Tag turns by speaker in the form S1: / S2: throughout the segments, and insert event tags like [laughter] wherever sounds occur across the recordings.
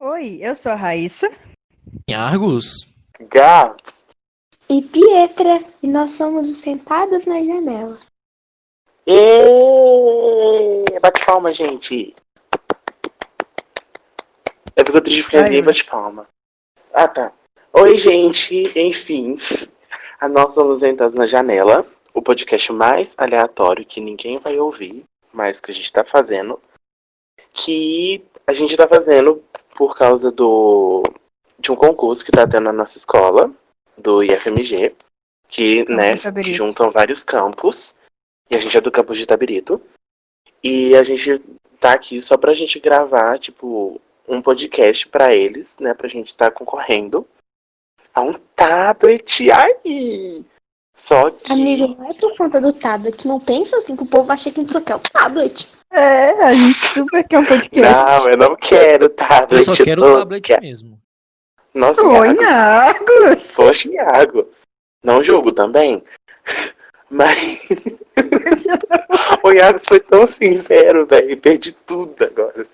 S1: Oi, eu sou a Raíssa.
S2: Em Argos?
S3: Gabs,
S4: E Pietra, e nós somos os sentados na janela.
S3: Ê, Bate palma, gente. Eu fico triste porque
S1: Ai,
S3: ninguém
S1: meu.
S3: bate palma. Ah, tá. Oi, gente. Enfim, a nós somos sentados na janela. O podcast mais aleatório que ninguém vai ouvir, mas que a gente tá fazendo. Que a gente tá fazendo por causa do de um concurso que tá tendo na nossa escola, do IFMG. Que,
S1: Campus
S3: né,
S1: de Itabirito.
S3: que juntam vários campos. E a gente é do campus de Itabirito. E a gente tá aqui só pra gente gravar, tipo, um podcast pra eles, né? Pra gente tá concorrendo a um tablet aí. Só que.
S4: Amigo, não é por conta do tablet. Não pensa assim que o povo acha que a gente só quer o tablet.
S1: É, a gente super quer um podcast.
S3: Não, eu não quero
S2: Eu
S3: tablet.
S2: só quero
S3: não
S2: o tablet
S3: quero.
S2: mesmo.
S3: Nossa,
S1: Oi,
S3: Iago.
S1: Nagos! [laughs]
S3: Poxa, Iago. Não jogo também. [laughs] Mas o Iago foi tão sincero, velho. Perdi tudo agora.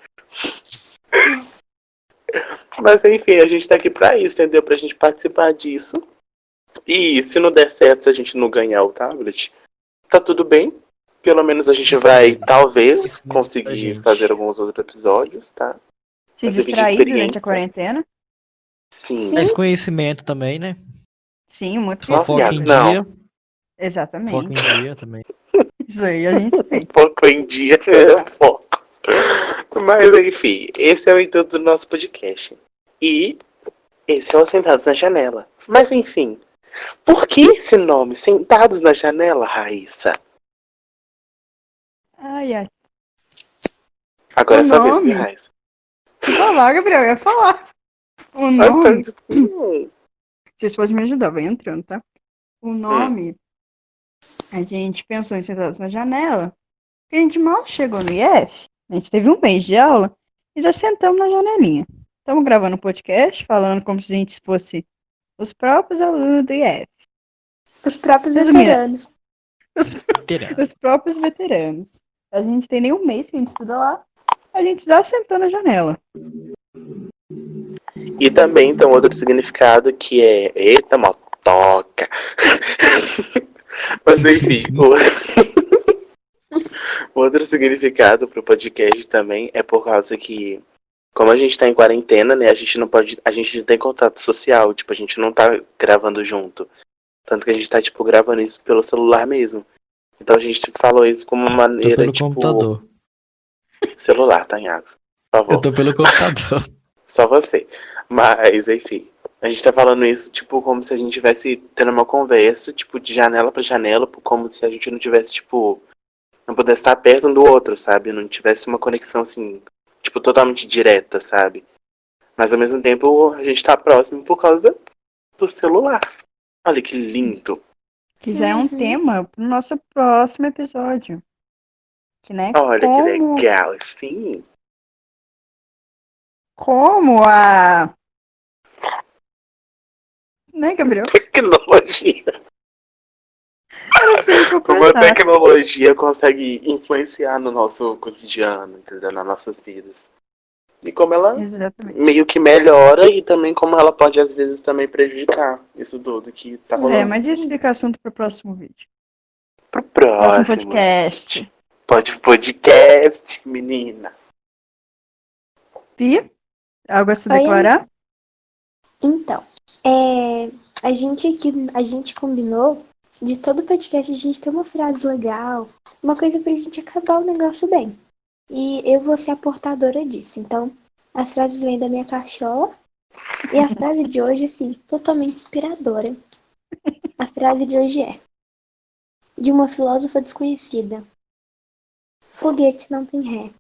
S3: Mas enfim, a gente tá aqui pra isso, entendeu? Pra gente participar disso. E se não der certo, se a gente não ganhar o tablet, tá tudo bem. Pelo menos a gente
S2: Isso
S3: vai,
S2: mesmo.
S3: talvez,
S2: Isso mesmo, a
S3: conseguir
S2: gente.
S3: fazer alguns outros episódios, tá?
S1: Se
S3: Mas eu
S1: distrair
S3: pedi
S1: durante
S3: experiência.
S1: a quarentena?
S3: Sim.
S4: Sim.
S2: Mas conhecimento também, né?
S1: Sim, muito
S3: Nossa,
S1: difícil.
S2: Foco
S3: Iago,
S2: em
S3: não.
S2: dia. Foco em
S1: Exatamente.
S2: dia também.
S1: Isso aí a gente tem.
S3: Foco em dia, [laughs] foco. Mas enfim, esse é o intuito do nosso podcast. E esse é o Sentados na Janela. Mas enfim, por que esse nome, Sentados na Janela, Raíssa?
S1: Ai, ai.
S3: Agora
S1: O
S3: é só vez,
S1: nome?
S3: né, Raíssa?
S1: Fala, lá, Gabriel, Tipo, eu ia falar. O
S3: Ah, tá.
S1: nome.
S3: Hum,
S1: Vocês podem me ajudar, vai entrando, tá? O nome. A gente pensou em sentados na janela. Porque a gente mal chegou no IF. A gente teve um mês de aula e já sentamos na janelinha. Estamos gravando um podcast, falando como se a gente fosse os próprios alunos do IF.
S4: Os próprios
S1: Resumindo.
S4: veteranos.
S3: [laughs]
S2: Terá.
S1: os próprios veteranos. A gente tem nem um mês que a gente estuda lá. A gente já sentou na janela.
S3: E também então outro significado que é. Eita, motoca! [laughs] Mas [laughs] enfim, [laughs] o- outro significado pro podcast também é por causa que, como a gente tá em quarentena, né, a gente não pode. A gente não tem contato social, tipo, a gente não tá gravando junto. Tanto que a gente tá, tipo, gravando isso pelo celular mesmo. Então a gente falou isso como uma
S2: Eu tô
S3: maneira,
S2: pelo
S3: tipo.
S2: computador.
S3: Celular, tá, Iago? Por favor.
S2: Eu tô pelo
S3: [laughs]
S2: computador.
S3: Só você. Mas, enfim. A gente tá falando isso, tipo, como se a gente tivesse tendo uma conversa, tipo, de janela pra janela, como se a gente não tivesse, tipo, não pudesse estar perto um do outro, sabe? Não tivesse uma conexão, assim, tipo, totalmente direta, sabe? Mas ao mesmo tempo a gente tá próximo por causa do celular. Olha que lindo.
S1: Que já é um
S4: Uhum.
S1: tema pro nosso próximo episódio. Que, né,
S3: Olha
S1: como,
S3: que legal, sim.
S1: como a... Né, Gabriel?
S3: Tecnologia.
S1: Eu não sei o que eu
S2: [laughs]
S3: Como
S2: é
S3: a
S1: pensar.
S3: tecnologia consegue influenciar no nosso cotidiano, entendeu? Nas nossas vidas. E como ela
S1: Exatamente.
S3: meio que melhora e também como ela pode às vezes também prejudicar isso tudo que tá
S1: Pois É,
S3: rolando.
S1: mas isso fica assunto pro próximo vídeo.
S3: Pro
S1: Próximo
S3: próximo
S1: podcast.
S3: Pode podcast, menina.
S1: Pi? Algo a se
S4: Oi,
S1: declarar?
S4: Então, é, a gente aqui, a gente combinou de todo podcast a gente ter uma frase legal, uma coisa pra gente acabar o negócio bem. E eu vou ser a portadora disso. Então, as frases vêm da minha cachola. E a frase de hoje, assim, totalmente inspiradora. A frase de hoje é de uma filósofa desconhecida. Foguete não tem ré.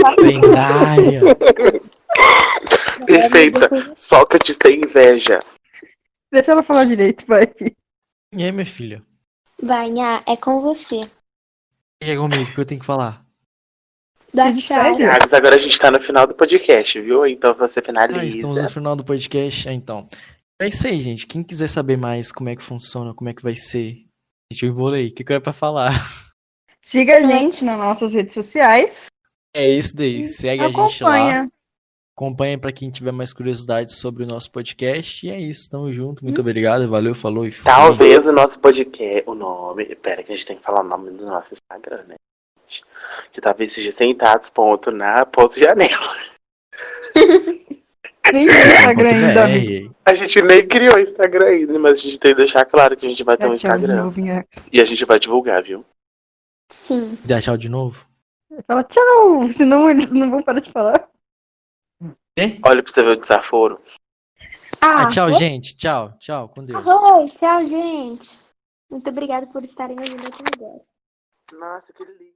S3: Tá
S2: Lendária.
S3: Perfeita. Sócrates tem inveja.
S1: Deixa ela falar direito, vai, Pi.
S2: E aí, minha filha?
S4: Vai, Nha, é com você.
S2: E aí comigo que eu tenho que falar?
S4: Da
S1: Se despede.
S4: Sara.
S3: Mas agora a gente tá no final do podcast, viu? Então você
S2: Ah, estamos
S3: finaliza.
S2: no final do podcast, ah, então. É isso aí, gente. Quem quiser saber mais como é que funciona, como é que vai ser. Gente, eu embolei. O que, que eu ia pra falar? [laughs]
S1: Siga a gente nas nossas redes sociais.
S2: É isso daí. Segue a gente lá.
S1: Acompanha.
S2: Acompanha pra quem tiver mais curiosidade sobre o nosso podcast. E é isso. Tamo junto. Muito obrigado. Valeu, falou e fui.
S3: Talvez o nosso podcast. O nome. Pera, que a gente tem que falar o nome do nosso Instagram, né? gente? Que talvez seja sentados ponto na ponto janela.
S1: Nem tem Instagram
S2: Ponto
S1: ainda,
S2: BR.
S1: amigo.
S3: A gente nem criou Instagram ainda, mas a gente tem que deixar claro que a gente vai ter um
S1: Já tinha um
S3: Instagram.
S1: novinho aqui.
S3: E a gente vai divulgar, viu?
S4: Sim.
S2: Dá tchau de novo?
S1: Fala tchau, senão eles não vão parar de falar.
S2: É?
S3: Olha pra você ver o desaforo.
S4: Ah,
S2: Ah, tchau,
S4: oi,
S2: gente. Tchau. Tchau. Com Deus.
S4: Oi, tchau, gente. Muito obrigada por estarem ouvindo até agora.
S3: Nossa, que lindo.